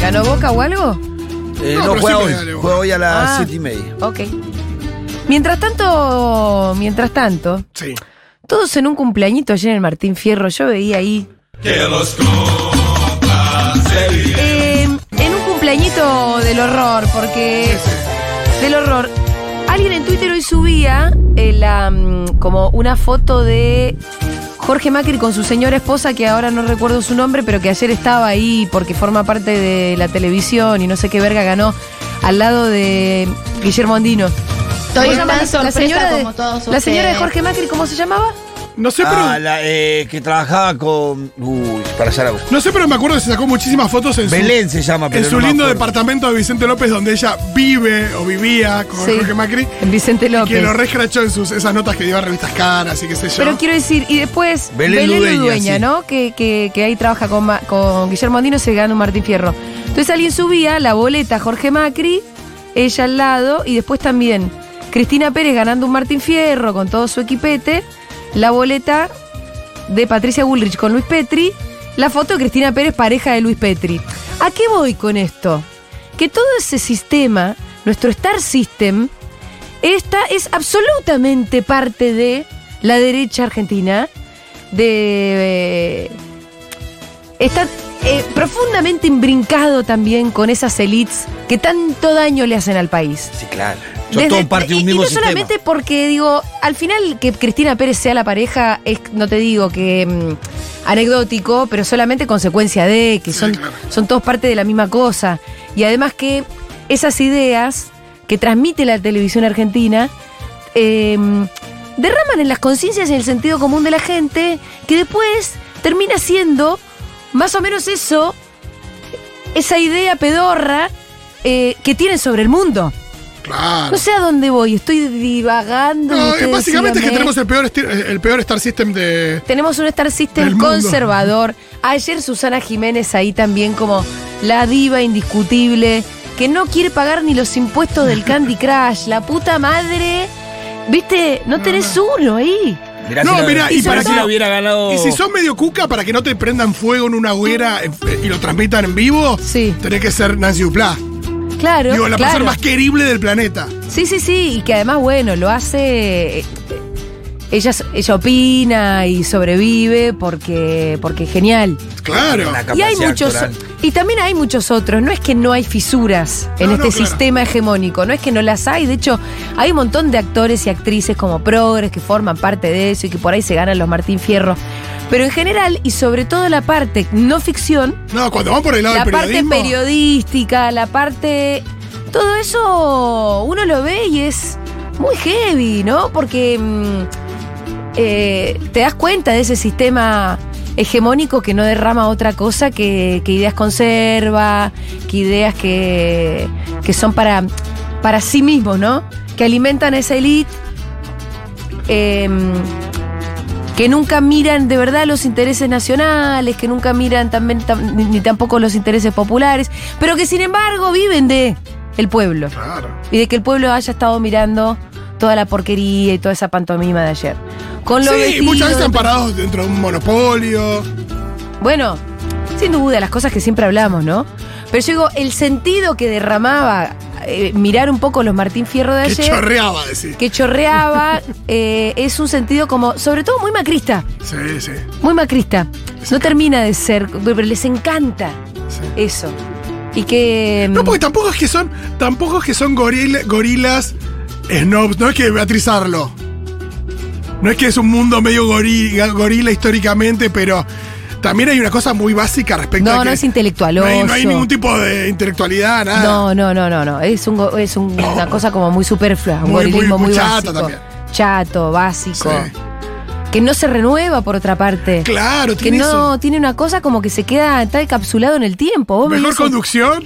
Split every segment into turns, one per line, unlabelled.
¿Ganó Boca o algo?
Eh,
No,
no, juega
pero siempre
hoy.
dale, Boca.
Juega hoy a las
Ah.
7 y media.
Ok. Mientras tanto, mientras tanto,
Sí.
todos en un cumpleañito ayer en el Martín Fierro, yo veía ahí. Eh, en un cumpleañito del horror, porque. Del horror. Alguien en Twitter hoy subía eh, la, mm, como una foto de Jorge Macri con su señora esposa, que ahora no recuerdo su nombre, pero que ayer estaba ahí porque forma parte de la televisión y no sé qué verga ganó, al lado de Guillermo Andino. ¿Cómo
Estoy
se llama
tan
la- la
sorpresa
señora de-
como todos
La señora de
ustedes.
Jorge Macri, ¿cómo se llamaba?
No sé,
Ah,
pero.
la eh, que trabajaba con. Uy, para Zaragoza.
No sé, pero me acuerdo que se sacó muchísimas fotos en su-
Belén se llama, pero
En su
no me
lindo
acuerdo.
departamento de Vicente López, donde ella vive o vivía con
Sí.
Jorge Macri,
Vicente López.
que lo rescrachó en sus, esas notas que dio a revistas caras y qué sé yo.
Pero quiero decir, y después Belén,
Belén
Ludueña,
Ludueña, sí.
¿no? Que, que- que ahí trabaja con, Ma- con Guillermo Andino, se gana un Martín Fierro. Entonces alguien subía la boleta Jorge Macri, ella al lado, y después también Cristina Pérez ganando un Martín Fierro con todo su equipete, la boleta de Patricia Bullrich con Luis Petri, la foto de Cristina Pérez, pareja de Luis Petri. ¿A qué voy con esto? Que todo ese sistema, nuestro Star System, esta es absolutamente parte de la derecha argentina, de... eh, está eh, profundamente imbrincado también con esas elites que tanto daño le hacen al país.
Sí, claro. Son
Desde-
todos parte de
y-
un
y
mismo
no
sistema.
solamente porque, digo, al final que Cristina Pérez sea la pareja es, no te digo que mm, anecdótico, pero solamente consecuencia de que son,
claro.
son todos parte de la misma cosa. Y además que esas ideas que transmite la televisión argentina eh, derraman en las conciencias y en el sentido común de la gente que después termina siendo más o menos eso, esa idea pedorra eh, que tienen sobre el mundo.
Claro.
No sé a dónde voy, estoy divagando.
No,
ustedes ¿eh?
básicamente es que
síganme.
tenemos el peor, esti- el peor Star System de.
Tenemos un Star
Del
System
mundo.
conservador. Ayer Susana Jiménez ahí también como la diva indiscutible, que no quiere pagar ni los impuestos del Candy Crush. La puta madre. Viste, no tenés uno ahí.
Mirá
No,
si la-
mirá, y
mirá
para
si
todo-
la hubiera ganado.
Y si sos medio cuca para que no te prendan fuego en una hoguera eh, y lo transmitan en vivo,
Sí.
tenés que ser Nancy Duplá.
Claro.
Digo, la
claro.
persona más querible del planeta.
Sí, sí, sí, y que además, bueno, lo hace. eh, Ella, ella opina y sobrevive porque, porque genial.
Claro.
Una
Y hay
capacidad
muchos
actoral.
y también hay muchos otros, no es que no hay fisuras en
No, no,
este
claro.
sistema hegemónico, no es que no las hay, de hecho hay un montón de actores y actrices como progres que forman parte de eso y que por ahí se ganan los Martín Fierro, pero en general y sobre todo la parte no ficción,
No, cuando van por el lado
la
del
parte
periodismo.
periodística, la parte todo eso uno lo ve y es muy heavy, ¿no? Porque mm, eh, te das cuenta de ese sistema hegemónico que no derrama otra cosa que, que ideas conserva, que ideas que, que son para, para sí mismos, ¿no? Que alimentan a esa elite, eh, que nunca miran de verdad los intereses nacionales, que nunca miran también tam- ni, ni tampoco los intereses populares, pero que sin embargo viven de el pueblo
Claro.
y de que el pueblo haya estado mirando toda la porquería y toda esa pantomima de ayer. Con los
Sí,
vestidos
muchas veces
de-
están parados dentro de un monopolio.
Bueno, sin duda, las cosas que siempre hablamos, ¿no? Pero yo digo, el sentido que derramaba eh, mirar un poco los Martín Fierro de
Que
ayer,
chorreaba, decís.
que chorreaba, eh, es un sentido como, sobre todo muy macrista,
Sí, sí,
muy macrista. No termina de ser, pero les encanta
sí.
eso. Y que...
No,
mm,
porque tampoco es que son, tampoco es que son goril- gorilas snobs, no es que Beatriz Arlo. No es que es un mundo medio gori- gorila históricamente, pero también hay una cosa muy básica respecto a
no,
que
no es
no
intelectualoso.
hay, no hay ningún tipo de intelectualidad, nada.
No, no, no, no, no. Es, un, go- es un- una cosa como muy superflua, un
Muy,
gorilismo muy,
muy- muy chata
básico.
también.
Chato, básico.
Sí.
Que no se renueva por otra parte.
Claro,
que
tiene
no
eso.
tiene una cosa como que se queda, está encapsulado en el tiempo. Vos
Mejor
ves eso.
conducción,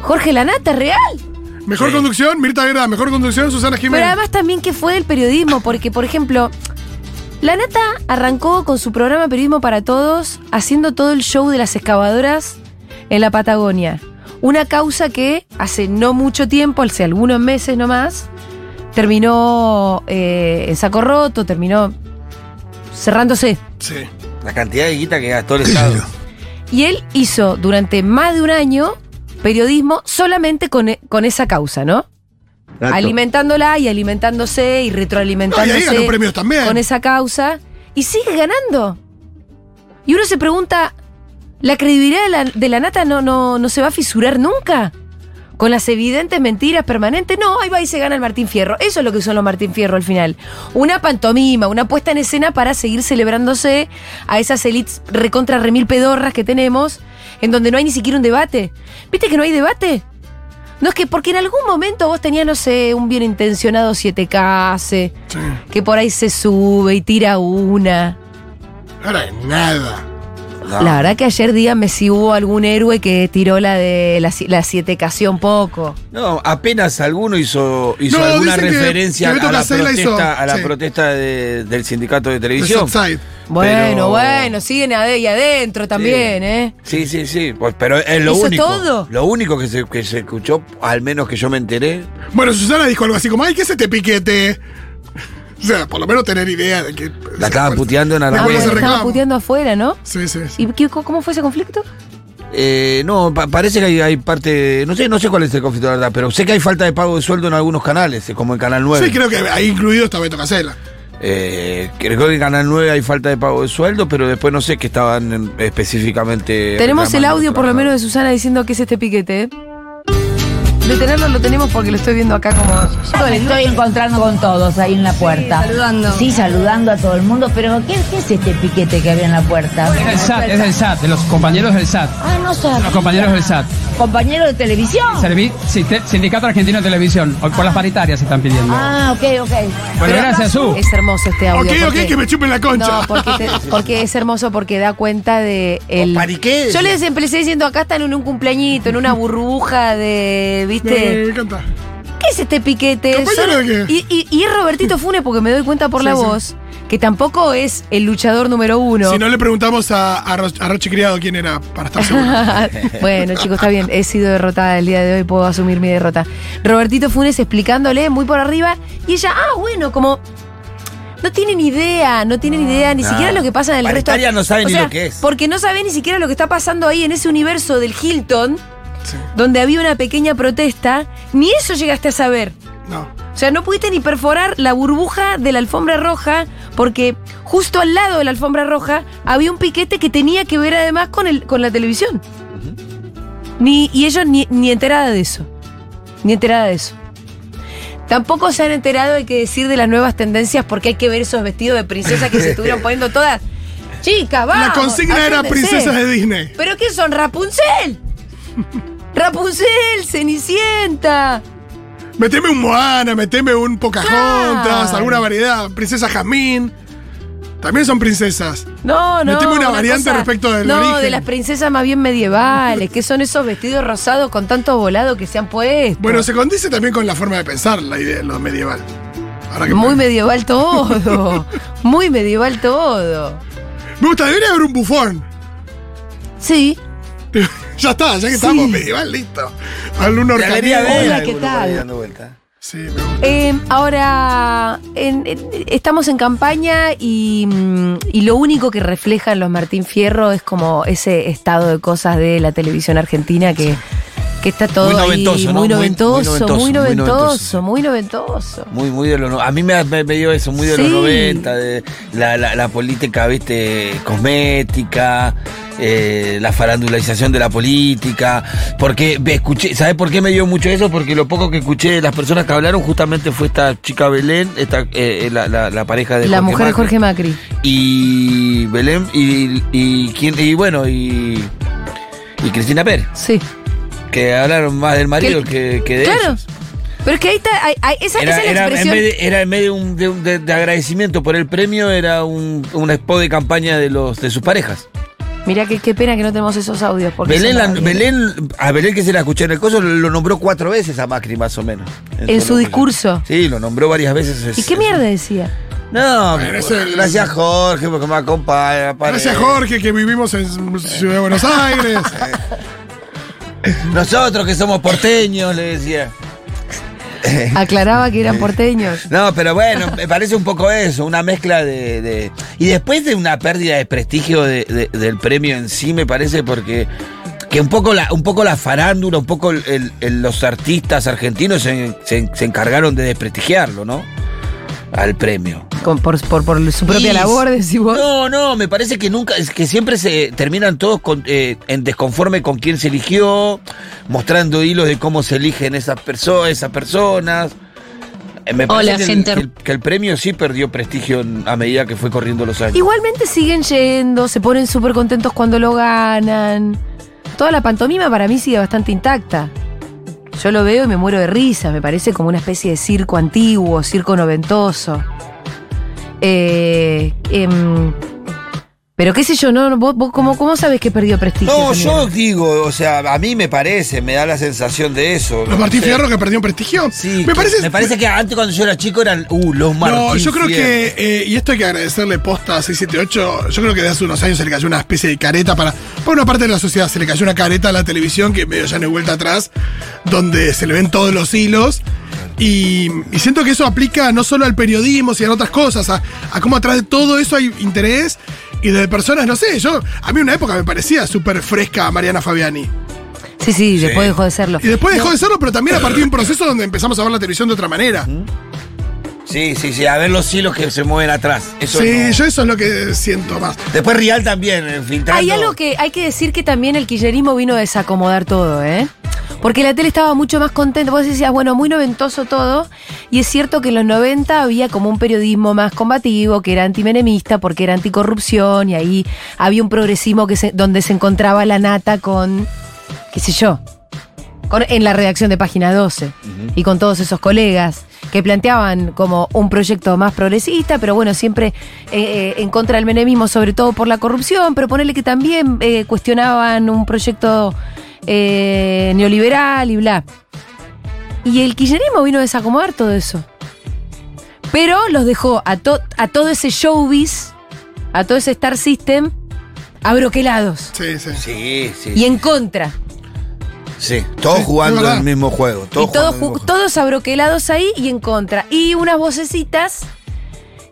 Jorge Lanata, real.
mejor conducción, Mirta Vera, mejor conducción, Susana Jiménez.
Pero además también que fue del periodismo, porque por ejemplo, Lanata arrancó con su programa Periodismo para Todos haciendo todo el show de las excavadoras en la Patagonia. Una causa que hace no mucho tiempo, hace algunos meses nomás, terminó eh, en saco roto, terminó cerrándose.
sí.
La cantidad de guita que gastó el Estado.
Y él hizo durante más de un año periodismo solamente con, e- con esa causa, ¿no? Alimentándola y alimentándose y
No, y ahí
retroalimentándose
ganó premios también.
con esa causa. Y sigue ganando. Y uno se pregunta, ¿la credibilidad de la, de la nata no, no, no se va a fisurar nunca? Con las evidentes mentiras permanentes. No, ahí va y se gana el Martín Fierro. Eso es lo que son los Martín Fierro al final. Una pantomima, una puesta en escena para seguir celebrándose a esas elites recontra remil pedorras que tenemos, en donde no hay ni siquiera un debate. ¿Viste que no hay debate? No es que porque en algún momento vos tenías, no sé, un bien intencionado 7K,
Sí.
que por ahí se sube y tira una.
Ahora nada.
No.
La verdad que ayer dígame si hubo algún héroe que tiró la de la, si- la siete casi un poco.
No, apenas alguno hizo, hizo
No,
alguna
dicen que
referencia
Beto
a la
Casella
protesta,
hizo,
a la
sí.
protesta de- del sindicato de
El
televisión.
Southside.
Bueno,
Pero-
bueno, siguen ade- y adentro también, ¿eh?
Sí, sí, sí. Pues, pero es lo
¿Eso es
único.
todo?
Lo único que se, que se escuchó, al menos que yo me enteré.
Bueno, Susana dijo algo así como, ay, ¿qué es este piquete? O sea, por lo menos tener idea de que...
La estaban puteando en
¿Te
Ah,
acuerdas
bueno,
ese
Aranjuez.
estaban
reclamo?
puteando afuera, ¿no?
Sí, sí, sí.
¿Y qué- co- cómo fue ese conflicto?
Eh, no, pa- parece que hay, hay parte. No sé, no sé cuál es el conflicto, la verdad, pero sé que hay falta de pago de sueldo en algunos canales, eh, como en Canal 9.
Sí, creo que ahí incluido está Beto Casella.
Eh, creo que en Canal 9 hay falta de pago de sueldo, pero después no sé qué estaban en- específicamente.
tenemos el
reclamando
audio por lo menos de Susana diciendo que es este piquete, ¿eh? De tenerlo lo tenemos porque lo estoy viendo acá como...
Me estoy encontrando con todos ahí en la puerta. Sí, saludando. a todo el mundo, pero ¿qué, qué es este piquete que había en la puerta?
Es del SAT, es del SAT, de los compañeros del SAT.
Ah, no sé.
Los compañeros del SAT.
¿Compañero de televisión?
Servi- Sinte- Sindicato Argentino de Televisión. Hoy Por las paritarias están pidiendo.
Ah, ok, ok.
Bueno,
Pero
gracias, Su.
Es hermoso este audio.
Ok, ok,
porque-
que me chupen la concha.
No, porque, te- porque es hermoso porque da cuenta de el.
pariqués.
Yo les empecé diciendo acá están en un cumpleañito, en una burbuja de,
Me, me- me
viste,
encanta.
¿qué es este piquete?
¿Compañero
Son-
de qué?
Y, y- y es Robertito Funes porque me doy cuenta por
Sí,
la
sí.
voz que tampoco es el luchador número uno.
Si no le preguntamos a, a, Ro- a Roche Criado quién era, para estar seguro.
bueno, chicos, está bien. He sido derrotada el día de hoy, puedo asumir mi derrota. Robertito Funes explicándole muy por arriba y ella, ah, bueno, como. No tienen idea, no tienen idea ni
no.
siquiera lo que pasa en el resto.
Paritaria no sabe
O
ni
sea,
lo que es.
Porque no sabe ni siquiera lo que está pasando ahí en ese universo del Hilton,
Sí,
donde había una pequeña protesta, ni eso llegaste a saber.
no.
O sea, no pudiste ni perforar la burbuja de la alfombra roja, porque justo al lado de la alfombra roja había un piquete que tenía que ver además con, el, con la televisión. Ni, y ellos ni, ni enterada de eso. Ni enterada de eso. Tampoco se han enterado, hay que decir, de las nuevas tendencias, porque hay que ver esos vestidos de princesa que se estuvieron poniendo todas. Chicas, vamos.
la consigna era
agéndense.
princesas de Disney.
¿Pero qué son? ¡Rapunzel! ¡Rapunzel! ¡Cenicienta!
Meteme un Moana, meteme un Pocahontas,
Claro.
alguna variedad. Princesa Jazmín. También son princesas.
No, no.
Meteme una variante respecto del
No,
origen.
de las princesas más bien medievales, que son esos vestidos rosados con tanto volado que se han puesto.
Bueno, se condice también con la forma de pensar la idea, lo medieval. Ahora que
Muy medieval todo. Muy medieval todo.
Me gusta, debería haber un bufón.
Sí.
ya está, ya que estamos medieval, listo. Alumno
Debería
organizado.
haber
Hola,
alguno
¿qué
por ahí
tal?
dando vuelta.
Sí, me gusta.
Eh, ahora, en- en- estamos en campaña y, mm, y lo único que reflejan los Martín Fierro es como ese estado de cosas de la televisión argentina que, que está todo
Muy
ahí,
noventoso,
muy,
¿no? Muy- muy
noventoso, muy,
noventoso, muy
noventoso,
noventoso.
muy noventoso.
Muy, muy de los no- A mí me, me, me dio eso, muy de
Sí.
los 90, de la, la- la política, viste, cosmética, eh, la farandulización de la política. Porque ve, escuché, ¿sabes por qué me dio mucho eso? Porque lo poco que escuché de las personas que hablaron justamente fue esta chica Belén, esta, eh, eh, la, la- la pareja de
La
Jorge
mujer de
Macri.
Jorge Macri.
Y Belén, y, y, quién- y bueno, y, y Cristina Pérez,
Sí.
que hablaron más del marido que, que de
Claro.
ellos.
Pero es que ahí está. ahí- ahí- esa,
Era,
esa es la
era en
expresión.
vez de, era en vez de un- de un- de- de agradecimiento por el premio, era un, un expo de campaña de los de sus parejas.
Mirá que, qué pena que no tenemos esos audios. Porque
Belén,
son
la-
audios.
Belén- a Belén que se la escuché en el coso, lo, lo nombró cuatro veces a Macri más o menos.
En su discurso.
Sí, lo nombró varias veces.
¿Y
Es-
qué
es-
mierda decía?
No,
Bueno, eso es-
gracias Jorge porque me acompaña. padre.
Gracias, Jorge, que vivimos en Ciudad de Buenos Aires.
Nosotros que somos porteños, le decía.
Aclaraba que
Eh.
eran porteños.
No, pero bueno, me parece un poco eso, una mezcla de. de- y después de una pérdida de prestigio de- de- del premio en sí, me parece, porque. Que un poco la, un poco la farándula, un poco el- el- el- los artistas argentinos se, se- se encargaron de desprestigiarlo, ¿no? Al premio.
Con- por, por- por su propia
Y-
labor, decís vos.
No, no, me parece que nunca, es que siempre se terminan todos con- eh, en desconforme con quién se eligió, mostrando hilos de cómo se eligen esas personas, esas personas. Eh, Me parece
Hola,
que, el-
gente.
que El, que el premio sí perdió prestigio en- a medida que fue corriendo los años.
Igualmente siguen yendo, se ponen súper contentos cuando lo ganan. Toda la pantomima para mí sigue bastante intacta. Yo lo veo y me muero de risa, me parece como una especie de circo antiguo, circo noventoso. Eh, em, pero qué sé yo, no, no, vos, vos cómo, cómo sabes que perdió prestigio?
No,
esa
yo
mierda?
digo, o sea, a mí me parece, me da la sensación de eso.
¿Los Martín Fierro que perdió un prestigio?
Sí,
me parece.
que antes cuando yo era chico eran, uh, los Martín
No, yo creo
Fierro.
que, eh, y esto hay que agradecerle posta a 678, yo creo que de hace unos años se le cayó una especie de careta para, por una parte de la sociedad, se le cayó una careta a la televisión que medio ya no hay vuelta atrás, donde se le ven todos los hilos, y, y siento que eso aplica no solo al periodismo, sino a otras cosas, a, a cómo atrás de todo eso hay interés, y de personas, no sé, yo, a mí una época me parecía súper fresca Mariana Fabiani.
Sí, sí, después dejó de serlo.
Y después dejó de serlo, pero también a partir de un proceso donde empezamos a ver la televisión de otra manera.
Sí, sí, sí, a ver los hilos que se mueven atrás. Eso
Sí,
no.
yo eso es lo que siento más.
Después Rial también, eh, filtrando.
Hay algo que hay que decir que también el kirchnerismo vino a desacomodar todo, ¿eh? Porque la tele estaba mucho más contenta. Vos decías, bueno, muy noventoso todo. Y es cierto que en los 90 había como un periodismo más combativo, que era antimenemista, porque era anticorrupción. Y ahí había un progresismo que se- donde se encontraba la nata con, qué sé yo, con- en la redacción de Página 12 y con todos esos colegas que planteaban como un proyecto más progresista, pero bueno, siempre eh, eh, en contra del menemismo, sobre todo por la corrupción, pero ponerle que también eh, cuestionaban un proyecto eh, neoliberal y bla. Y el kirchnerismo vino a desacomodar todo eso. Pero los dejó a, to- a todo ese showbiz, a todo ese Star System, abroquelados
Sí, sí.
Sí, sí.
y en contra.
Sí, todos
Sí, es
jugando
verdad.
el mismo juego. Todos
y todos,
jugando el mismo
ju- todos abroquelados ahí y en contra. Y unas vocecitas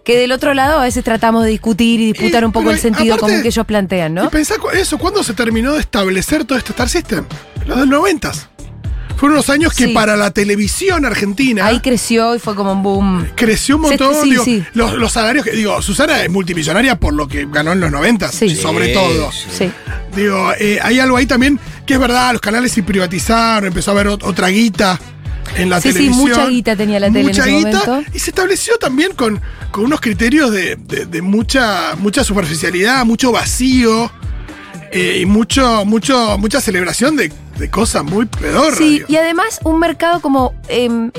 que del otro lado a veces tratamos de discutir y disputar
Y,
un poco
pero
el sentido
aparte-
común que ellos plantean,
Y
¿no?
pensá cu- eso, ¿cuándo se terminó de establecer todo este Star System? Los del 90. Fueron unos años que
Sí.
para la televisión argentina
Ahí creció y fue como un boom.
creció un
Se-
montón.
sí,
digo,
sí.
Los, los salarios que. Digo, Susana es multimillonaria por lo que ganó en los 90,
Sí.
sobre
Sí,
todo.
sí.
Sí.
Digo, eh, hay algo ahí también que es verdad, los canales se privatizaron, empezó a haber ot- otra guita en la
Sí, sí,
televisión.
mucha guita tenía la tele en
Mucha
ese
guita,
momento.
Y se estableció también con, con unos criterios de, de- de mucha, mucha superficialidad, mucho vacío eh, y mucho, mucho, mucha celebración de, de cosas muy peor.
Sí, y además un mercado como em,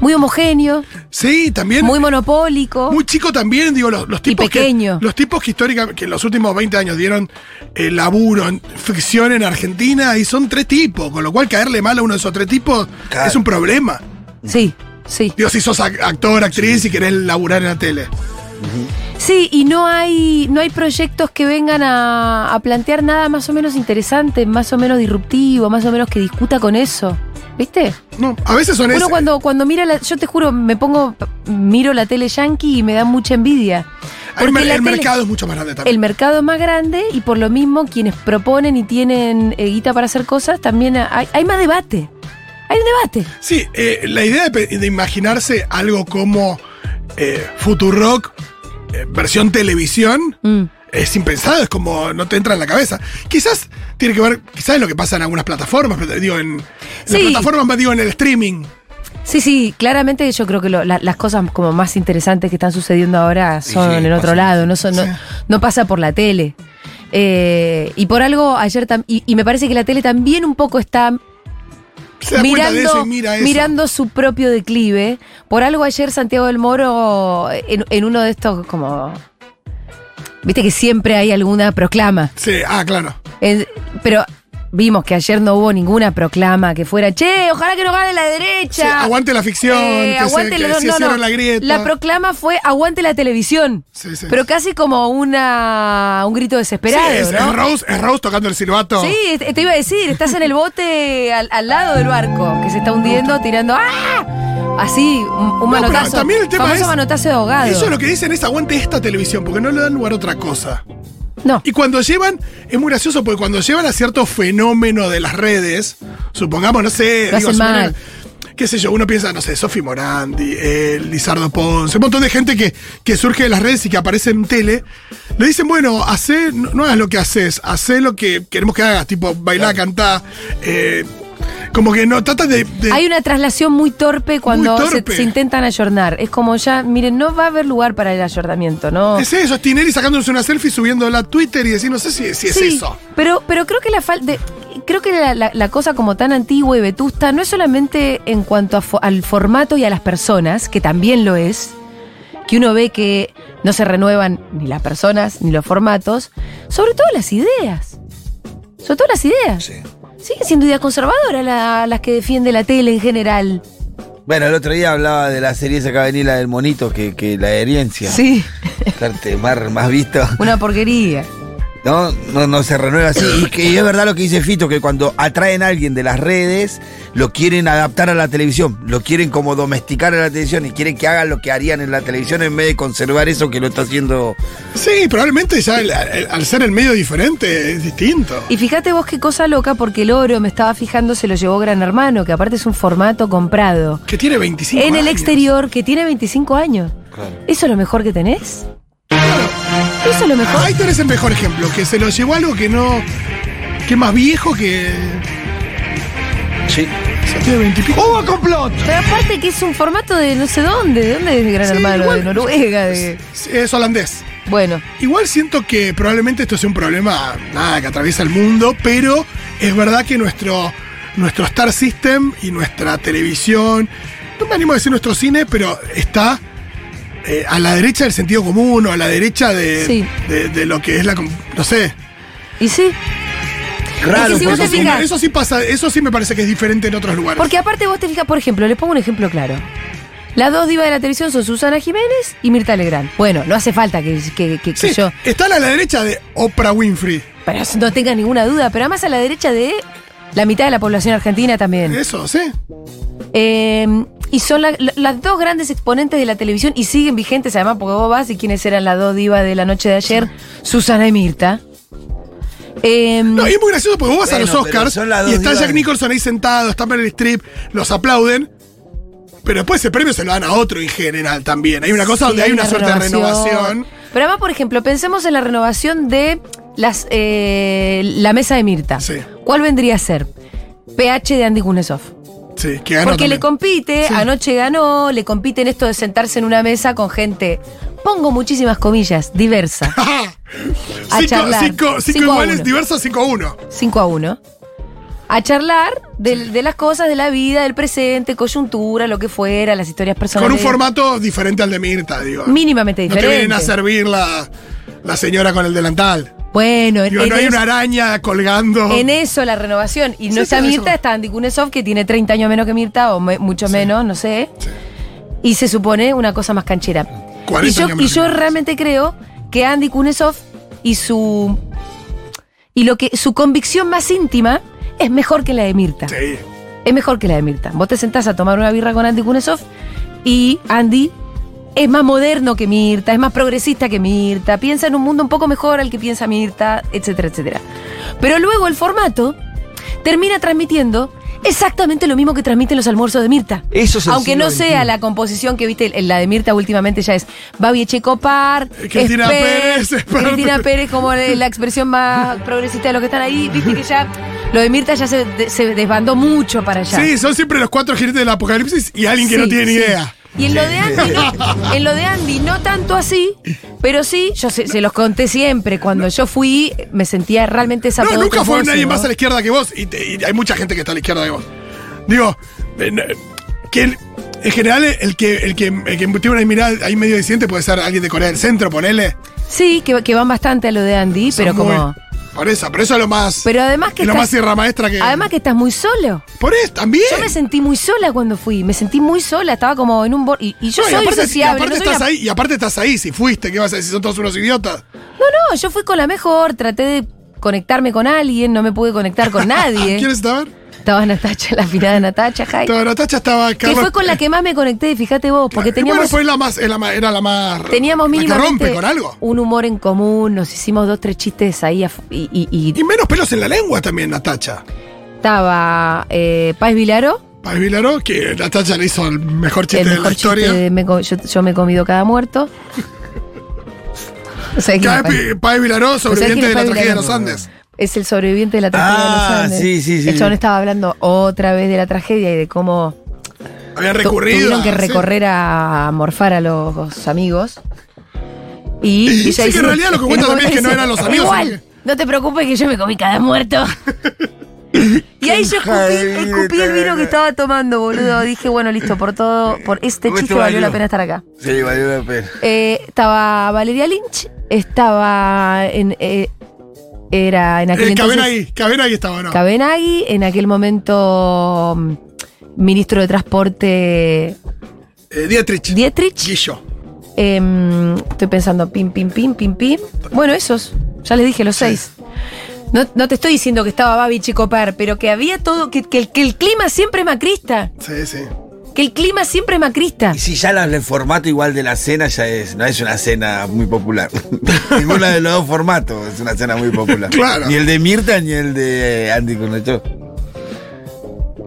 muy homogéneo,
sí, también.
muy monopólico.
Muy chico también, digo, los, los tipos.
Oh. pequeño.
Que, los tipos que históricamente, que en los últimos 20 años dieron eh, laburo, en ficción en Argentina, y son tres tipos, con lo cual caerle mal a uno de esos tres tipos
Claro.
es un problema.
Sí, sí.
Digo, si sos ac- actor, actriz y querés laburar en la tele.
Sí, y no hay, no hay proyectos que vengan a, a plantear nada más o menos interesante, más o menos disruptivo, más o menos que discuta con eso. ¿Viste?
No, a veces son
Uno
esas.
cuando, cuando mira la, yo te juro, me pongo, miro la tele yankee y me da mucha envidia.
El, mer-
la
el
tele-
mercado es mucho más grande también.
El mercado es más grande y por lo mismo quienes proponen y tienen eh, guita para hacer cosas, también hay, hay más debate. Hay un debate.
Sí, eh, la idea de, pe- de imaginarse algo como eh, Futurock, eh, versión televisión,
Mm.
es impensado, es como no te entra en la cabeza. Quizás tiene que ver, quizás es lo que pasa en algunas plataformas, pero, digo, en, en las
Sí.
plataformas, más digo, en el streaming.
Sí, sí, claramente yo creo que lo- la- las cosas como más interesantes que están sucediendo ahora son
sí,
en otro
pasa.
lado, no, son, no,
Sí.
no pasa por la tele. Eh, y por algo ayer tam- y, y me parece que la tele también un poco está
Se da cuenta de eso
mirando,
y mira eso.
mirando su propio declive. Por algo ayer Santiago del Moro, en, en uno de estos como... Viste que siempre hay alguna proclama.
Sí, ah, claro.
En- pero vimos que ayer no hubo ninguna proclama que fuera, che, ojalá que no gane la derecha.
Sí, aguante la ficción, que se- que
no,
se
no,
cierre
no.
la grieta.
La proclama fue aguante la televisión.
Sí, sí.
Pero casi como una un grito desesperado,
Sí, es,
¿no?
es Rose, es Rose tocando el silbato.
Sí, es- te iba a decir, estás en el bote al, al lado del barco que se está hundiendo, tirando ¡ah! Así, un, un
No, pero
manotazo.
también el tema
famoso
es-
manotazo de ahogado.
Ellos lo que dicen es aguante esta televisión, porque no le dan lugar a otra cosa.
No.
Y cuando llevan, es muy gracioso porque cuando llevan a cierto fenómeno de las redes, supongamos, no sé,
Lo hacen
suponer-
mal.
qué sé yo, uno piensa, no sé, Sofi Morandi, eh, Lizardo Ponce, un montón de gente que, que surge de las redes y que aparece en tele, le dicen, bueno, hacé, no, no hagas lo que haces, hacé lo que queremos que hagas, tipo bailar, cantar, eh, como que no, trata de... de-
Hay una traslación muy torpe cuando se-
torpe.
Se, intentan ayornar. Es como ya, miren, no va a haber lugar para el ayornamiento, ¿no?
es eso, es Tinelli sacándose una selfie, subiéndola a Twitter y decir, no sé si, si es
Sí,
eso.
Pero, pero creo que la falta. Creo que la, la- la cosa como tan antigua y vetusta no es solamente en cuanto a fo- al formato y a las personas, que también lo es, que uno ve que no se renuevan ni las personas ni los formatos, sobre todo las ideas. Sobre todo las ideas.
Sí.
Siguen siendo ideas conservadoras la- las que defiende la tele en general.
Bueno, el otro día hablaba de la serie esa que va a venir, la del monito, que, que la herencia.
Sí,
Parte más, más visto.
una porquería.
No, no, no se renueva así. Y que y es verdad lo que dice Fito, que cuando atraen a alguien de las redes, lo quieren adaptar a la televisión, lo quieren como domesticar a la televisión y quieren que hagan lo que harían en la televisión en vez de conservar eso que lo está haciendo.
Sí, probablemente ya el- el- al ser el medio diferente es distinto.
Y fíjate vos qué cosa loca, porque el oro, me estaba fijando, se lo llevó Gran Hermano, que aparte es un formato comprado.
Que tiene 25
en el
años.
exterior que tiene 25 años. ¿Eso es lo mejor que tenés? ¿Eso es lo mejor?
Ahí tenés el mejor ejemplo, que se lo llevó algo que no. que es más viejo que.
Sí.
O sea, tiene 20 y pico.
¡Hubo complot!
Pero aparte que es un formato de no sé dónde, ¿de dónde es de Gran
Sí,
Hermano?
igual-
De Noruega, de...
Sí, Es holandés.
Bueno,
Igual siento que probablemente esto es un problema, nada, que atraviesa el mundo, pero es verdad que nuestro, nuestro Star System y nuestra televisión, no me animo a decir nuestro cine, pero está eh, a la derecha del sentido común o a la derecha de,
Sí.
de, de lo que es la... com- no sé.
y sí, Es
Raro,
que si vos
porque
te
Eso sí,
fijas-
eso sí pasa, eso sí me parece que es diferente en otros lugares.
porque aparte vos te fijas, por ejemplo, les pongo un ejemplo claro. Las dos divas de la televisión son Susana Jiménez y Mirta Legrand. Bueno, no hace falta que, que, que- que
Sí,
yo
están a la derecha de Oprah Winfrey.
pero no tenga ninguna duda, pero además a la derecha de la mitad de la población argentina también.
Eso, sí.
Eh, y son la- la- las dos grandes exponentes de la televisión y siguen vigentes, además, porque vos vas y quiénes eran las dos divas de la noche de ayer, Susana y Mirta. Eh,
No, y es muy gracioso porque vos vas
Bueno,
a los
pero
Oscars
son las dos
y está
divas.
Jack Nicholson ahí sentado, está Meryl Streep, los aplauden. Pero después ese premio se lo dan a otro en general también. Hay una cosa
sí,
donde hay una, suerte de renovación.
Pero además, por ejemplo, pensemos en la renovación de las, eh, la mesa de Mirta.
Sí.
¿Cuál vendría a ser? PH de Andy Kuznetsov.
Sí, que ganó
Porque le
también.
compite,
Sí.
anoche ganó, le compite en esto de sentarse en una mesa con gente, pongo muchísimas comillas, diversa. A
cinco,
charlar.
cinco- cinco
Cinco a
iguales,
uno.
diversas, 5 a 1.
5 a 1, a charlar del- de, las cosas de la vida, del presente, coyuntura, lo que fuera, las historias
Con
personales.
un formato diferente al de Mirta, digo.
Mínimamente
no te
diferente.
vienen a servir la, la señora con el delantal.
Bueno, en,
Digo,
en
no hay
es-
una araña colgando.
en eso la renovación. Y no
Sí,
está
sí, eso.
Mirta, está Andy Kunesov, que tiene 30 años menos que Mirta, o me- mucho menos, no sé. Y se supone una cosa más canchera.
40
Y yo,
años
y
menos
yo
que Mirta.
realmente creo que Andy Kunesov y su. Y lo que su convicción más íntima es mejor que la de Mirta.
Sí.
es mejor que la de Mirta. Vos te sentás a tomar una birra con Andy Kunesov y Andy es más moderno que Mirta, es más progresista que Mirta, piensa en un mundo un poco mejor al que piensa Mirta, etcétera, etcétera. Pero luego el formato termina transmitiendo exactamente lo mismo que transmiten los almuerzos de Mirta.
Eso es el
Aunque no
siglo XXI.
sea la composición que viste, la de Mirta últimamente ya es Babi Echecopar,
Eh,
Cristina
Esper,
Pérez, Esper.
Cristina Pérez como la expresión más progresista de los que están ahí, viste que ya lo de Mirta ya se, de- se desbandó mucho para allá.
Sí, son siempre los cuatro jinetes del apocalipsis y alguien que no
Sí,
tiene ni
sí.
idea.
Y en lo, de Andy, no, en lo de Andy no tanto así, pero sí, yo se, se los conté siempre, cuando yo fui me sentía realmente esa
No, nunca fue nadie más a la izquierda que vos. Y, te- y hay mucha gente que está a la izquierda que vos. Digo, eh, no, que el- en general el que, el, que, el que tiene una mirada ahí medio disidente puede ser alguien de Corea del Centro, ponele.
Sí, que, que van bastante a lo de Andy,
Son
pero
muy-
como...
Por eso, pero eso es lo más.
Pero además que.
es lo
estás-
más sierra maestra que.
Además que estás muy solo.
Por eso, también.
Yo me sentí muy sola cuando fui. Me sentí muy sola. Estaba como en un bor- Y, y yo
No, y
soy
aparte,
sociable.
y aparte
no, soy
estás
una-
ahí, y aparte estás ahí, si fuiste, ¿qué vas a decir? Son todos unos idiotas.
no, no, yo fui con la mejor. Traté de conectarme con alguien. No me pude conectar con nadie.
¿Quieres saber?
Estaba Natacha, la final de Natacha, Jai.
Toda Natacha estaba
Que
Carlos-
fue con la que más me conecté, fíjate vos, porque
Y bueno,
teníamos,
fue la más, era la más, era la más-
teníamos
la que
mínimamente
rompe con algo.
un humor en común, nos hicimos dos, tres chistes ahí af- y, y- y
Y menos pelos en la lengua también, Natacha.
estaba eh, Paz Vilaro,
Paz Vilaró, que Natacha le hizo el mejor chiste
el
de la
mejor
historia.
chiste de me co- yo, yo me he comido cada muerto. O sea, que-
Cada vez Pi- Pai Vilaró,
o sea, que
sobreviviente de la
Paz
tragedia de
Vilaró
los Andes.
Es el sobreviviente de la tragedia
Ah,
de los Andes.
sí, sí, sí.
El chabón estaba hablando otra vez de la tragedia y de cómo
Habían
tu-
recurrido.
tuvieron que
a- sí.
recorrer a morfar a los amigos. Y, ya
Sí, que en
hicieron-
realidad lo que cuenta
y
también es que no
dice,
eran los amigos,
Igual,
sino que-
no te preocupes que yo me comí cada muerto. y ahí yo escupí, escupí el vino que
eh.
estaba tomando, boludo. Dije, bueno, listo, por todo, por este
Mucho
chiste valió
valió.
la pena estar acá.
Sí, valió la pena.
Eh, estaba Valeria Lynch, estaba en... eh, era en aquel
Eh,
entonces...
Cabenagui, Cabenagui estaba, ¿no?
Cabenagui, en aquel momento mm, ministro de Transporte
Eh, Dietrich.
Dietrich.
Guillo.
Em, estoy pensando, pim, pim, pim, pim, pim. Bueno, esos. Ya les dije los seis. No, no te estoy diciendo que estaba Babi Chicopar, pero que había todo, que, que el- que el clima siempre es macrista.
Sí, sí.
Que el clima siempre es macrista.
Y si ya la- el formato igual de la cena ya es, no es una cena muy popular. Ninguna de los dos formatos es una cena muy popular.
Claro.
Ni el de Mirta ni el de Andy Cornecho.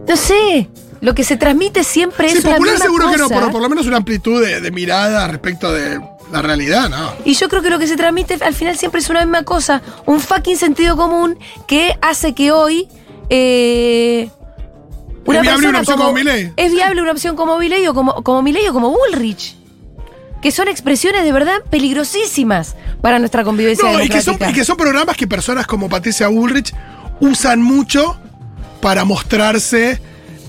No sé. Lo que se transmite siempre
Sí,
es una
popular
misma
seguro que no,
cosa.
pero por lo menos una amplitud de, de mirada respecto de la realidad, ¿no?
Y yo creo que lo que se transmite al final siempre es una misma cosa, un fucking sentido común que hace que hoy eh,
¿Es viable una opción como Milei?
es viable una opción como Milei o como, como Milei o como Bullrich, que son expresiones de verdad peligrosísimas para nuestra convivencia
No, y que,
democrática.
son, y que son programas que personas como Patricia Bullrich usan mucho para mostrarse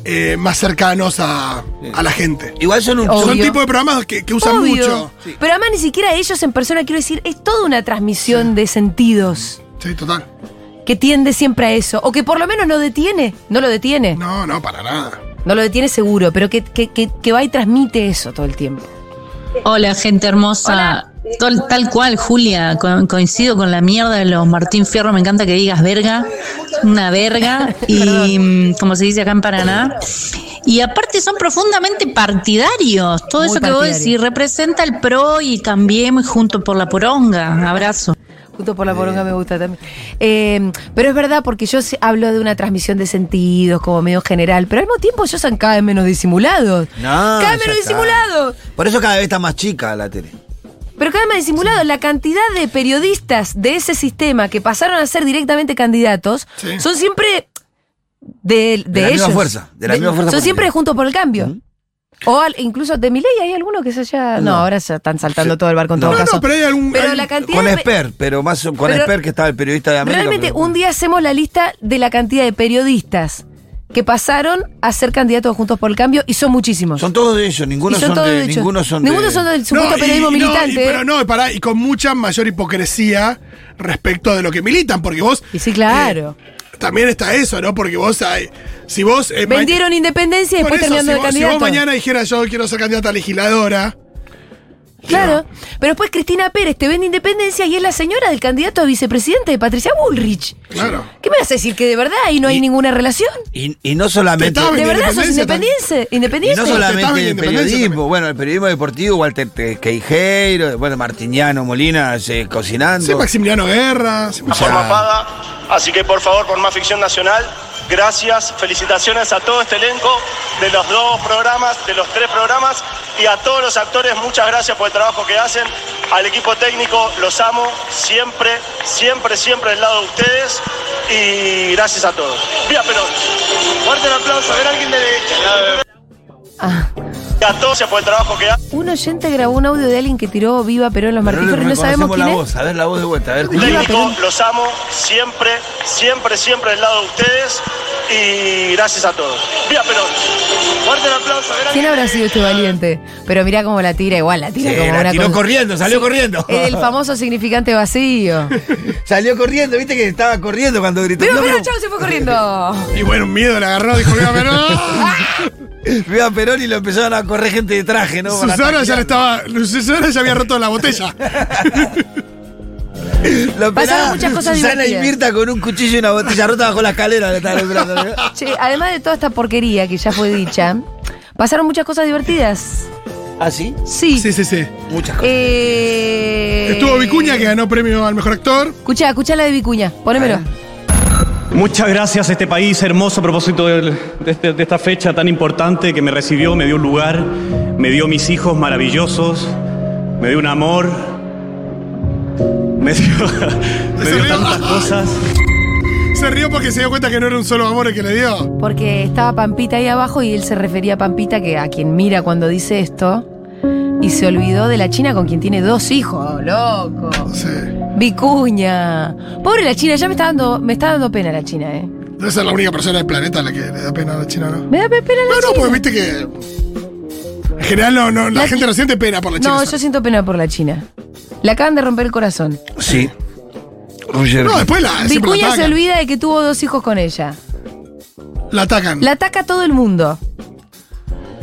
eh, más cercanos a, a la gente.
Igual son un
Obvio.
Son tipo de programas que, que usan
Obvio.
mucho.
Pero además ni siquiera ellos en persona, quiero decir, es toda una transmisión de sentidos
Sí, total.
que tiende siempre a eso, o que por lo menos no detiene, no lo detiene.
No, no, para nada.
No lo detiene seguro, pero que, que- que- que va y transmite eso todo el tiempo.
Hola, gente hermosa. Tol- Tal cual, Julia, co- coincido con la mierda de los Martín Fierro, me encanta que digas verga, una verga, y mm, como se dice acá en Paraná. Y aparte son profundamente partidarios, todo
Muy
eso que vos
partidario.
decís, representa el PRO y cambiemos junto por la poronga. Abrazo.
Justo por la poronga me gusta también. Eh, pero es verdad, porque yo se- hablo de una transmisión de sentidos como medio general, pero al mismo tiempo ellos son cada vez menos disimulados.
No,
cada vez
ya
menos
está.
disimulados.
Por eso cada vez está más chica la tele.
Pero cada vez más disimulados. La cantidad de periodistas de ese sistema que pasaron a ser directamente candidatos
Sí.
son siempre de, de,
De la misma
ellos.
fuerza, de la misma fuerza
Son siempre
política.
juntos por el cambio. O al- incluso de mi ley hay algunos que se haya. No,
No.
ahora ya están saltando todo el barco en todo
No,
caso.
no, pero hay algún.
Pero
hay-
la cantidad
Con
de pe-
Esper, pero más con
Pero-
Esper que estaba el periodista de América.
Realmente,
pero-
un día hacemos la lista de la cantidad de periodistas que pasaron a ser candidatos juntos por el cambio y son muchísimos.
Son todos de ellos, ninguno
Y son
son,
todos
de,
derechos.
ninguno son
Ninguno
de-
son del supuesto
y-
periodismo
no, y-
militante. ¿eh?
pero no, y pará, y con mucha mayor hipocresía respecto de lo que militan, porque vos.
Y sí, claro.
También está eso, ¿no? Porque vos. hay- si vos. eh, ma-
Vendieron independencia y
Por
después
eso,
terminando
si,
de
vos, si
candidato.
vos mañana dijeras yo quiero ser candidata a legisladora.
Claro. Pero después Cristina Pérez te vende independencia y es la señora del candidato a vicepresidente de Patricia Bullrich.
Claro.
¿Qué me vas a decir? ¿Que de verdad ahí no hay
Y-
ninguna relación?
Y, y no solamente.
Te estaba
¿De verdad sos
independencia
independiente?
Y
¿Independiente?
no
Estaba
solamente
bien
el
independencia
periodismo,
también.
bueno, el periodismo deportivo, Walter Te- Queijeiro, bueno, Martiniano Molina eh, cocinando.
Sí, pues Maximiliano Guerra. sí,
O sea,
forma paga. Así que por favor, por más ficción nacional, gracias, felicitaciones a todo este elenco de los dos programas, de los tres programas y a todos los actores, muchas gracias por el trabajo que hacen. Al equipo técnico los amo, siempre, siempre, siempre del lado de ustedes y gracias a todos. Vía Perón. Fuerte el aplauso, a ver alguien de derecha.
Ah,
y a todos por el trabajo que hacen.
Un oyente grabó un audio de alguien que tiró Viva Perón en los
Pero
Martín
le
Fierro y no sabemos
reconocemos
quién
la
es.
voz, a ver la voz de vuelta, a ver, escucha.
Técnico, los amo, siempre, siempre, siempre del lado de ustedes y gracias a todos. Viva Perón. Fuerte el aplauso. grande.
¿Quién habrá sido este valiente? Pero mirá cómo la tira, igual la tira
Sí,
como
Eh, la
una
tiró
cosa.
corriendo, salió corriendo.
El famoso significante vacío.
Salió corriendo, viste que estaba corriendo cuando gritó.
Pero,
"No,
pero,
pero-
chau, se fue corriendo.
Y bueno, un miedo le agarró, dijo, mira, pero no".
Viva Perón y lo empezaron a correr gente de traje, ¿no? Para
Susana ya
atacar.
le estaba. Susana ya había roto la botella.
Lo
Pasaron
esperaba
muchas cosas
Susana y
divertidas.
Mirta con un cuchillo y una botella rota bajo la escalera. le estaban esperando, ¿no?
Che, además de toda esta porquería que ya fue dicha, pasaron muchas cosas divertidas.
¿Ah, sí?
Sí.
Sí, sí, sí.
Muchas cosas.
Eh,
Estuvo Vicuña, que ganó premio al mejor actor.
Escucha, escucha la de Vicuña, ponémelo.
Muchas gracias a este país hermoso a propósito del- de, este- de esta fecha tan importante que me recibió, me dio un lugar, me dio mis hijos maravillosos, me dio un amor, me dio, me dio tantas cosas.
Se rió porque se dio cuenta que no era un solo amor el que le dio.
Porque estaba Pampita ahí abajo y él se refería a Pampita, que a quien mira cuando dice esto, y se olvidó de la China con quien tiene dos hijos, loco.
Sí.
Vicuña. Pobre la China, ya me está dando, me está dando pena la China, eh.
Debe ser la única persona del planeta a la que le da pena a la China, ¿no?
Me da pe- pena la
No, no,
China.
porque viste que. En general, no, no, la,
La
gente
chi-
no siente pena por la China.
No, yo siento pena por la China. Le acaban de romper el corazón.
Sí. Roger.
No, después la. siempre Ah, la
Vicuña se
atacan.
olvida de que tuvo dos hijos con ella.
La atacan.
La ataca todo el mundo.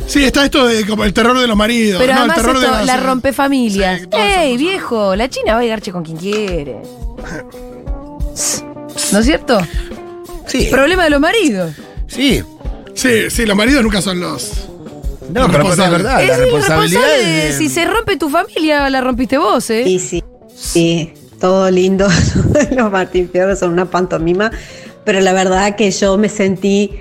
Sí, está esto de como el terror de los maridos.
Pero
no,
además
el terror
esto,
de las-
la rompe familia.
Sí, todas esas
¡Ey, viejo! La China va a llegarche con quien quiere. ¿No es cierto?
Sí.
Problema de los maridos.
Sí.
Sí, sí, los maridos nunca son los.
No, pero es
Responsable.
verdad,
es
Ah, la
el
responsabilidad
responsable de-
es de-
si se rompe tu familia, la rompiste vos, ¿eh?
Sí, sí, sí, todo lindo. Los Martín Fierro son una pantomima, pero la verdad que yo me sentí,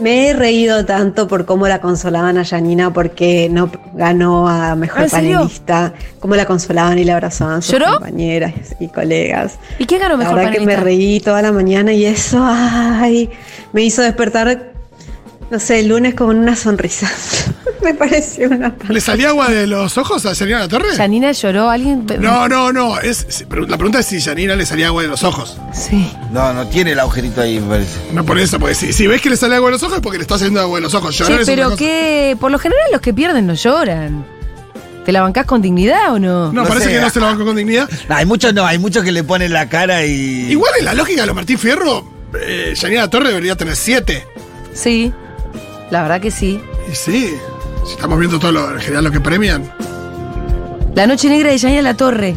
me he reído tanto por cómo la consolaban a Janina porque no ganó a
¿Ah,
mejor
en serio?
panelista, cómo la consolaban y la abrazaban sus
¿Lloró?
compañeras y colegas.
¿Y quién ganó mejor
la verdad que
panelista?
me reí toda la mañana y eso, ay, me hizo despertar, no sé, el lunes con una sonrisa. me pareció una
¿Le salía agua de los ojos a Yanina La Torre?
Janina lloró, alguien.
No, no, no. Es, sí, pero la pregunta es si Yanina le salía agua de los ojos.
Sí.
No, no tiene el agujerito ahí, me parece.
No por eso, porque si, si ves que le sale agua de los ojos es porque le está saliendo agua de los ojos. Llorar
Che,
es una
pero
cosa.
que. Por lo general, los que pierden no lloran. ¿Te la bancás con dignidad o no?
No
No, parece
sé.
que no se lo banco con dignidad.
No, hay muchos no, hay muchos que le ponen la cara y.
Igual en la lógica de los Martín Fierro, eh, Yanina La Torre debería tener siete.
Sí. La verdad que sí.
Y sí, si estamos viendo todo lo, en general lo que premian.
La noche negra de Yanina La Torre.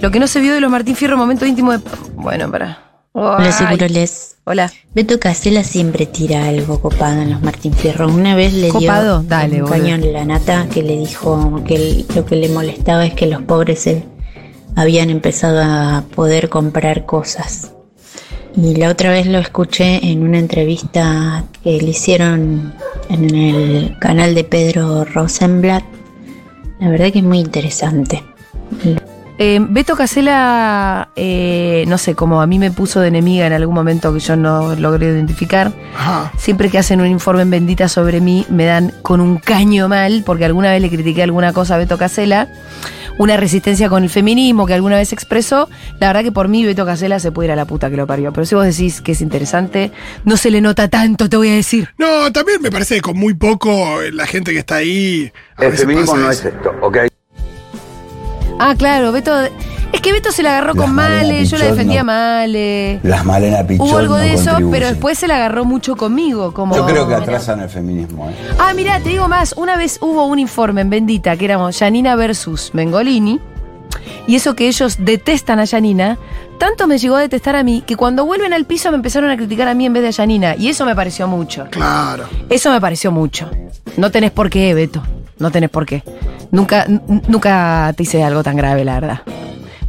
Lo que no se vio de los Martín Fierro, momento íntimo de. Bueno, para.
Hola, seguro les.
Hola.
Beto Casela siempre tira algo copado en los Martín Fierro. Una vez le
Copado,
dio
dale,
un
boludo.
cañón a la nata que le dijo que él- lo que le molestaba es que los pobres eh, habían empezado a poder comprar cosas. Y la otra vez lo escuché en una entrevista que le hicieron en el canal de Pedro Rosenblatt. La verdad que es muy interesante.
Eh, Beto Casela, eh, no sé, como a mí me puso de enemiga en algún momento que yo no logré identificar.
Ajá.
Siempre que hacen un informe en bendita sobre mí, me dan con un caño mal, porque alguna vez le critiqué alguna cosa a Beto Casela. Una resistencia con el feminismo que alguna vez expresó. La verdad que por mí Beto Casela se puede ir a la puta que lo parió. Pero si vos decís que es interesante, no se le nota tanto, te voy a decir.
No, también me parece que con muy poco eh, la gente que está ahí. a veces pasa eso.
esto, ¿ok?
Ah, claro, Beto. Es que Beto se la agarró
Las
con Male,
malas
yo la
pichón,
defendía a
no.
Male.
Las Malena Pichón
Hubo algo
no
de eso,
contribuyen.
pero después se la agarró mucho conmigo. Como,
Yo creo que atrasan el feminismo, ¿eh?
Ah, mira, te digo más. Una vez hubo un informe en Bendita que éramos Janina versus Mengolini. Y eso que ellos detestan a Janina, tanto me llegó a detestar a mí que cuando vuelven al piso me empezaron a criticar a mí en vez de a Janina. Y eso me pareció mucho.
Claro.
Eso me pareció mucho. No tenés por qué, Beto. No tenés por qué. Nunca, n- nunca te hice algo tan grave, la verdad.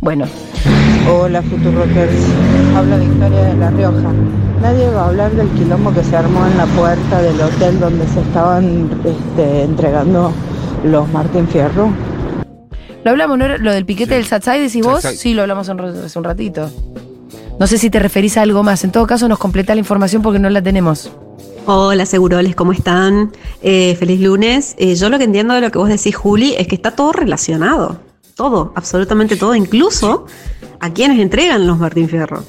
Bueno,
Hola Futurockers, habla Victoria de La Rioja. Nadie va a hablar del quilombo que se armó en la puerta del hotel donde se estaban este, entregando los Martín Fierro.
lo hablamos, ¿no? Era Lo del piquete del Satsai, decís vos.
Satsai.
Sí, lo hablamos en ro- hace un ratito. No sé si te referís a algo más. En todo caso, nos completa la información porque no la tenemos.
Hola, Seguroles, ¿cómo están? Eh, feliz lunes. Eh, yo lo que entiendo de lo que vos decís, Juli, es que está todo relacionado. Todo, absolutamente todo, incluso a quienes entregan los Martín Fierro.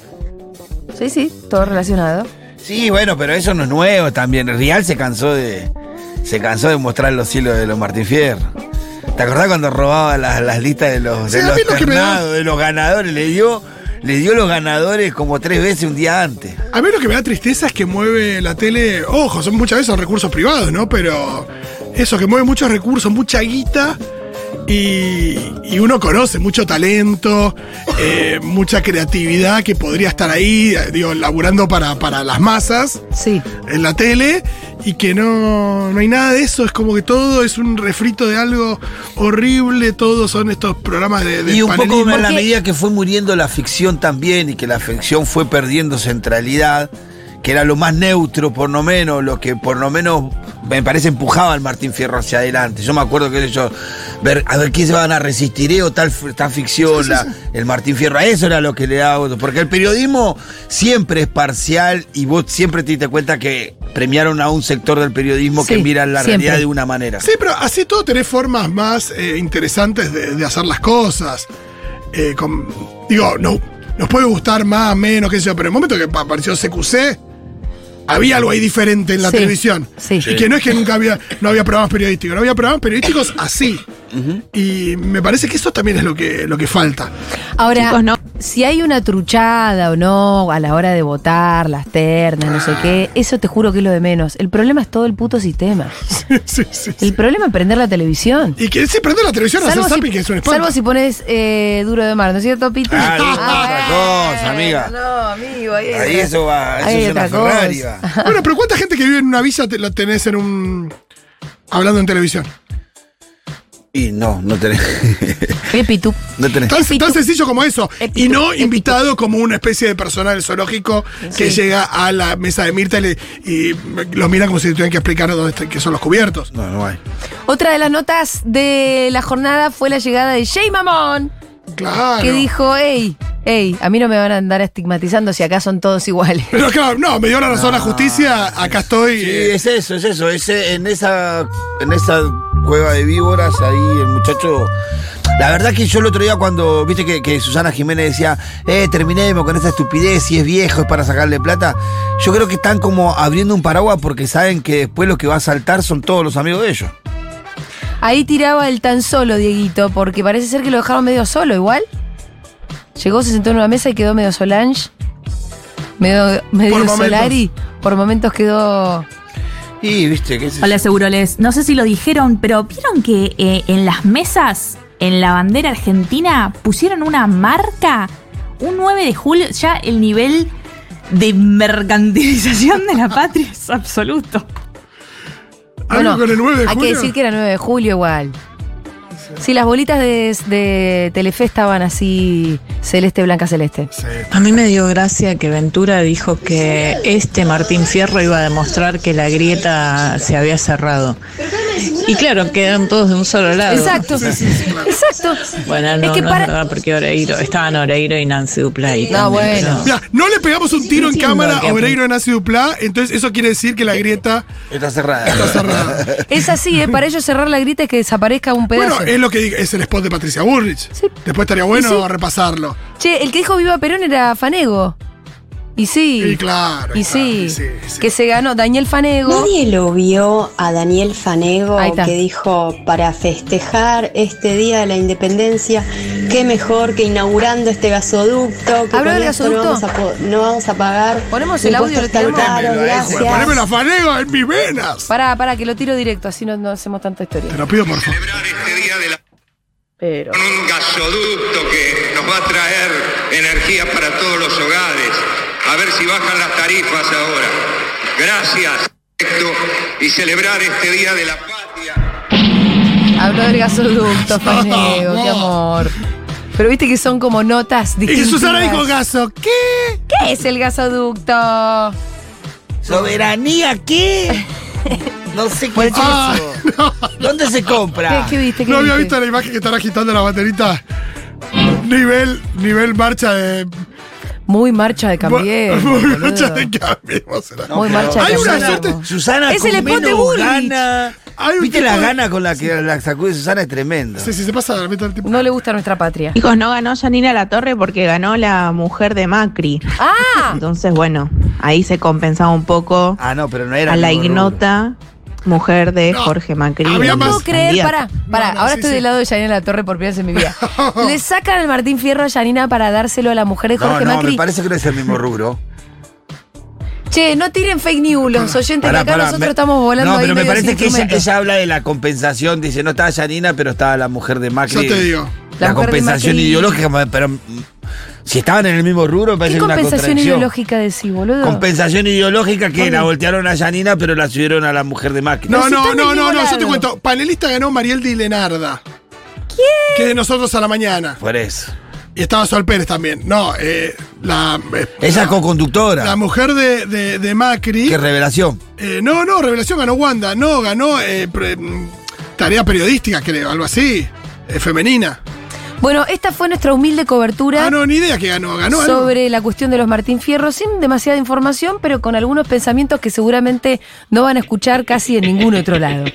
Sí, sí, todo relacionado.
Sí, bueno, pero eso no es nuevo también. Real se cansó de. Se cansó de mostrar los hilos de los Martín Fierro. ¿Te acordás cuando robaba las, las listas de los, de
Sí, a
los
mí lo que me da-
ternados, de los ganadores? Le dio, le dio los ganadores como tres veces un día antes.
A mí lo que me da tristeza es que mueve la tele. Ojo, son muchas veces son recursos privados, ¿no? Pero eso, que mueve muchos recursos, mucha guita. Y, y uno conoce mucho talento, eh, mucha creatividad que podría estar ahí, eh, digo, laburando para, para las masas.
Sí.
En la tele. Y que no, no hay nada de eso. Es como que todo es un refrito de algo horrible. Todos son estos programas de. de
Y un poco
panelismo.
en la medida que fue muriendo la ficción también y que la ficción fue perdiendo centralidad, que era lo más neutro por lo menos, lo que por lo menos me parece empujaba al Martín Fierro hacia adelante. Yo me acuerdo que yo, ver, a ver quién se van a resistir eh, o tal, tal ficción, la- el Martín Fierro, a eso era lo que le daba voto. Porque el periodismo siempre es parcial y vos siempre te diste cuenta que premiaron a un sector del periodismo que
Sí,
mira la
siempre.
realidad de una manera.
Sí, pero así todo tenés formas más eh, interesantes de, de hacer las cosas. Eh, con- digo, no, nos puede gustar más, menos, qué sé yo, pero en el momento que pa- apareció CQC, había algo ahí diferente en la
Sí,
televisión.
sí.
Y
Sí.
que no es que nunca había, no había programas periodísticos, no había programas periodísticos así. Y me parece que eso también es lo que, lo que falta.
Ahora, si hay una truchada o no a la hora de votar, las ternas, no sé qué, eso te juro que es lo de menos. El problema es todo el puto sistema. El problema es prender la televisión.
Y que se prende la televisión a hacer
Salvo si-
zapping, que es un espanto.
Salvo si pones eh, duro de mar, ¿no es cierto, Piti?
Ah, no,
Ah,
otra cosa, amiga.
No, amigo, ahí,
Ahí
otra-
eso va, eso
ahí
es una
otra cosa.
Ferrari, va.
Bueno, pero ¿cuánta gente que vive en una villa te- la tenés en un. hablando en televisión?
Y no, no tenés.
Epitu.
No tenés.
Tan, tan sencillo como eso. Y no invitado como una especie de personal zoológico que llega a la mesa de Mirta y, le- y los mira como si tuvieran que explicar dónde está- que son los cubiertos.
No, no hay.
Otra de las notas de la jornada fue la llegada de Jay Mamón.
Ah,
Claro.
Que dijo, hey, hey, a mí no me van a andar estigmatizando si acá son todos iguales.
Pero claro, no, me dio la razón la
Ah,
justicia, acá estoy.
Sí,
eh,
es eso, es eso. Ese, en esa. En esa cueva de víboras, ahí el muchacho. La verdad que yo el otro día cuando, viste que, que Susana Jiménez decía, eh, terminemos con esa estupidez, si es viejo, es para sacarle plata. Yo creo que están como abriendo un paraguas porque saben que después lo que va a saltar son todos los amigos de ellos.
Ahí tiraba el tan solo, Dieguito, porque parece ser que lo dejaron medio solo igual. Llegó, se sentó en una mesa y quedó medio Solange. Medio, medio
Por momentos.
Solari. Por momentos quedó.
Ah,
Y viste, qué sé yo.
Hola, Seguroles. No sé si lo dijeron, pero ¿vieron que eh, en las mesas, en la bandera argentina, pusieron una marca? Un 9 de julio, ya el nivel de mercantilización de la patria es absoluto.
Bueno,
con el 9 de
hay
julio.
que decir que era 9 de julio igual. Sí, las bolitas de, de Telefe estaban así, celeste, blanca, celeste.
A mí me dio gracia que Ventura dijo que este Martín Fierro iba a demostrar que la grieta se había cerrado. Y claro, quedan todos de un solo lado.
Exacto, exacto.
Bueno, no,
Es que
no
para-
estaba porque Oreiro, estaban Oreiro y Nancy Dupla ahí.
No,
también,
bueno.
pero-
Mirá, no le pegamos un tiro en
Sí,
cámara
no, que-
a Oreiro en Nazi Duplá, entonces eso quiere decir
Eh,
que la grieta.
Está cerrada.
Es así, ¿eh? Para ellos cerrar la grita es que desaparezca un pedazo.
Bueno, es lo que digo, es el spot de Patricia Burrich. Después estaría bueno repasarlo.
Che, el que dijo Viva Perón era Fanego. Y sí.
Y claro,
Y
y claro,
sí.
y sí,
Que se ganó Daniel Fanego.
Nadie lo vio a Daniel Fanego
Ahí está.
que dijo para festejar este día de la independencia, qué mejor que inaugurando este gasoducto, que
¿Habló
con
del
esto no
gasoducto?
vamos, a, po- no vamos a pagar
Ponemos el audio, lo
impuestos tan
tenemos.
caros, gracias.
Poneme la fanego en mis venas.
Pará, pará, que lo tiro directo, así no, no hacemos tanta historia.
Te lo pido, por favor.
Pero.
un gasoducto que nos va a traer energía para todos los hogares. A ver si bajan las tarifas ahora. Gracias Héctor, y celebrar este Día de la Paz.
Habló del gasoducto, Fanego, qué amor. Pero viste que son como notas distintas.
Susana dijo gaso, ¿qué?
¿Qué es el
Ah.
gasoducto?
¿Soberanía qué? No sé
Pues
qué es
Ah,
eso. ¿Ddónde se compra?
¿Qué- qué viste? ¿Qué
no había
viste?
visto la imagen que están agitando la baterita. Nivel, nivel marcha de.
Muy marcha de cambiemos.
Muy
boludo.
marcha de cambiemos. era.
Muy marcha de
Hay una
cambiemos.
suerte.
Susana
Es
con
el espote
menos
Bullrich.
gana.
Hay un
Viste
tipo
la
de-
gana con la que la sacude Susana es tremenda.
Sí, sí, se pasa la meta del tipo.
No le gusta nuestra patria.
Hijos, no ganó Janina La Torre porque ganó la mujer de Macri.
¡Ah!
Entonces, bueno, ahí se compensaba un poco
Ah, no, pero no era.
a la
ningún
ignota mujer de Jorge Macri.
No
el
puedo creer,
candidato.
pará, pará,
No, no,
ahora
sí,
estoy
sí.
del lado de Yanina La Torre por primera vez en mi vida. Le sacan el Martín Fierro a Yanina para dárselo a la mujer de
No,
Jorge
no,
Macri.
me parece que no es el mismo rubro.
Che, no tiren fake news, los oyentes,
Pará,
que acá
pará,
nosotros
me-
estamos volando
No,
ahí
pero me
medio
parece
sin
que ella,
instrumentos.
ella habla de la compensación. Dice, no estaba Yanina, pero estaba la mujer de Macri.
Yo te digo.
La,
La mujer de
compensación
Macri.
ideológica, ma- pero mm, si estaban en el mismo rubro, me parece
¿Qué
que es una
compensación
contradicción.
ideológica decís, boludo?
Compensación ideológica que
Oye.
la voltearon a Yanina, pero la subieron a la mujer de Macri.
No, no,
están
no, no, no, yo te
manipulando.
cuento. Panelista ganó Mariel Di Lenarda. ¿Quién? Que es de nosotros a la mañana.
Por eso.
Y estaba Sol Pérez también. No, eh, la, eh,
Esa es co-conductora.
la mujer de, de- de Macri.
Qué revelación.
Eh, no, no, Revelación ganó Wanda. No, ganó eh, pre- mm, tarea periodística, creo, algo así. eh, femenina.
Bueno, esta fue nuestra humilde cobertura.
Ah, no, ni idea que ganó. Ganó algo.
sobre la cuestión de los Martín Fierro, sin demasiada información, pero con algunos pensamientos que seguramente no van a escuchar casi en ningún otro lado.